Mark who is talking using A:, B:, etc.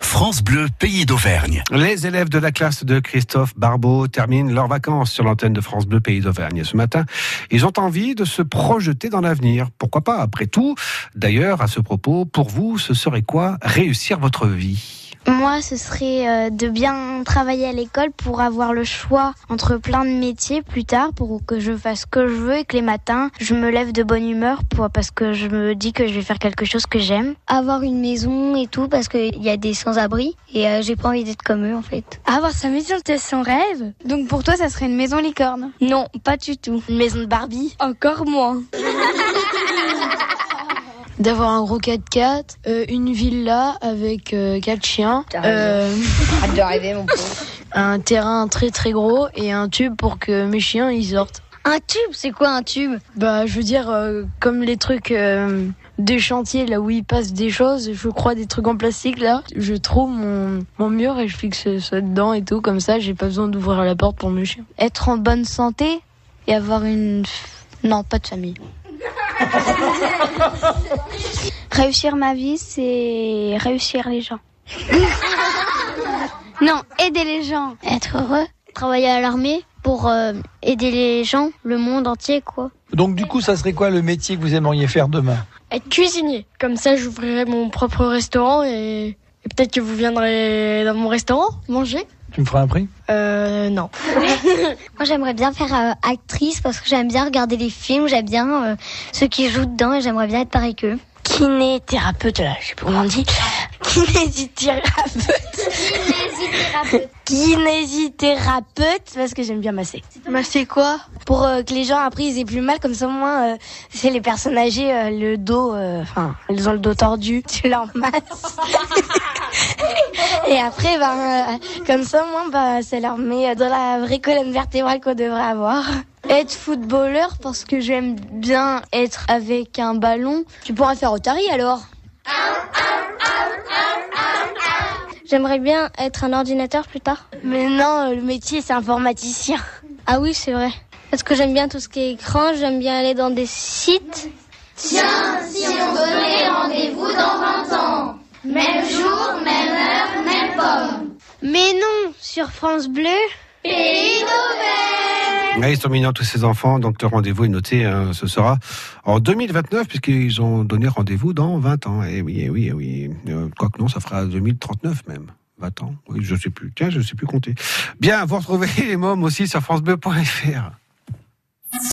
A: France Bleu, pays d'Auvergne.
B: Les élèves de la classe de Christophe Barbeau terminent leurs vacances sur l'antenne de France Bleu Pays d'Auvergne. Et ce matin, ils ont envie de se projeter dans l'avenir. Pourquoi pas, après tout D'ailleurs, à ce propos, pour vous, ce serait quoi réussir votre vie
C: Moi, ce serait euh, de bien travailler à l'école pour avoir le choix entre plein de métiers plus tard, pour que je fasse ce que je veux et que les matins, je me lève de bonne humeur pour, parce que je me dis que je vais faire quelque chose que j'aime.
D: Avoir une maison et tout, parce qu'il y a des sans-abri et euh, j'ai pas envie d'être comme eux en fait.
E: Ah, Avoir sa maison, c'est son rêve. Donc pour toi, ça serait une maison licorne
F: Non, pas du tout.
G: Une maison de Barbie
E: Encore moins.
H: D'avoir un gros 4x4, euh, une villa avec euh, 4 chiens,
I: euh, Arrête de rêver, mon pauvre.
H: un terrain très très gros et un tube pour que mes chiens ils sortent.
D: Un tube, c'est quoi un tube
H: Bah je veux dire comme les trucs euh, des chantiers là où il passe des choses, je crois des trucs en plastique là. Je trouve mon, mon mur et je fixe ça dedans et tout, comme ça j'ai pas besoin d'ouvrir la porte pour mes chiens.
J: Être en bonne santé et avoir une. Non, pas de famille.
K: réussir ma vie, c'est réussir les gens.
L: non, aider les gens, être heureux, travailler à l'armée pour euh, aider les gens, le monde entier quoi.
M: Donc du coup, ça serait quoi le métier que vous aimeriez faire demain
N: Être cuisinier. Comme ça, j'ouvrirai mon propre restaurant et, et peut-être que vous viendrez dans mon restaurant manger.
M: Tu me feras un prix
N: Euh, non.
D: Moi, j'aimerais bien faire euh, actrice parce que j'aime bien regarder les films, j'aime bien euh, ceux qui jouent dedans et j'aimerais bien être pareil qu'eux.
G: Kinésithérapeute, là, je sais pas comment on dit. Kinésithérapeute. Kinésithérapeute, parce que j'aime bien masser.
O: Masser quoi
G: Pour euh, que les gens après ils aient plus mal, comme ça au moins euh, c'est les personnes âgées, euh, le dos, enfin ils ont le dos tordu, tu leur masses. Et après, ben, comme ça au moins ben, ça leur met dans la vraie colonne vertébrale qu'on devrait avoir.
P: Être footballeur parce que j'aime bien être avec un ballon.
G: Tu pourras faire Otari alors
L: J'aimerais bien être un ordinateur plus tard.
G: Mais non, le métier c'est informaticien.
L: Ah oui, c'est vrai. Parce que j'aime bien tout ce qui est écran, j'aime bien aller dans des sites.
Q: Tiens, si on donnait rendez-vous dans 20 ans Même jour, même heure, même pomme
L: Mais non, sur France Bleu,
Q: pays d'Auvergne
B: Ouais, ils sont mignons tous ces enfants, donc le rendez-vous est noté, hein, ce sera en 2029, puisqu'ils ont donné rendez-vous dans 20 ans. Et oui, eh oui, eh oui. Euh, Quoique non, ça fera 2039 même. 20 ans, oui, je sais plus. Tiens, je sais plus compter. Bien, vous retrouvez les mômes aussi sur francebleu.fr.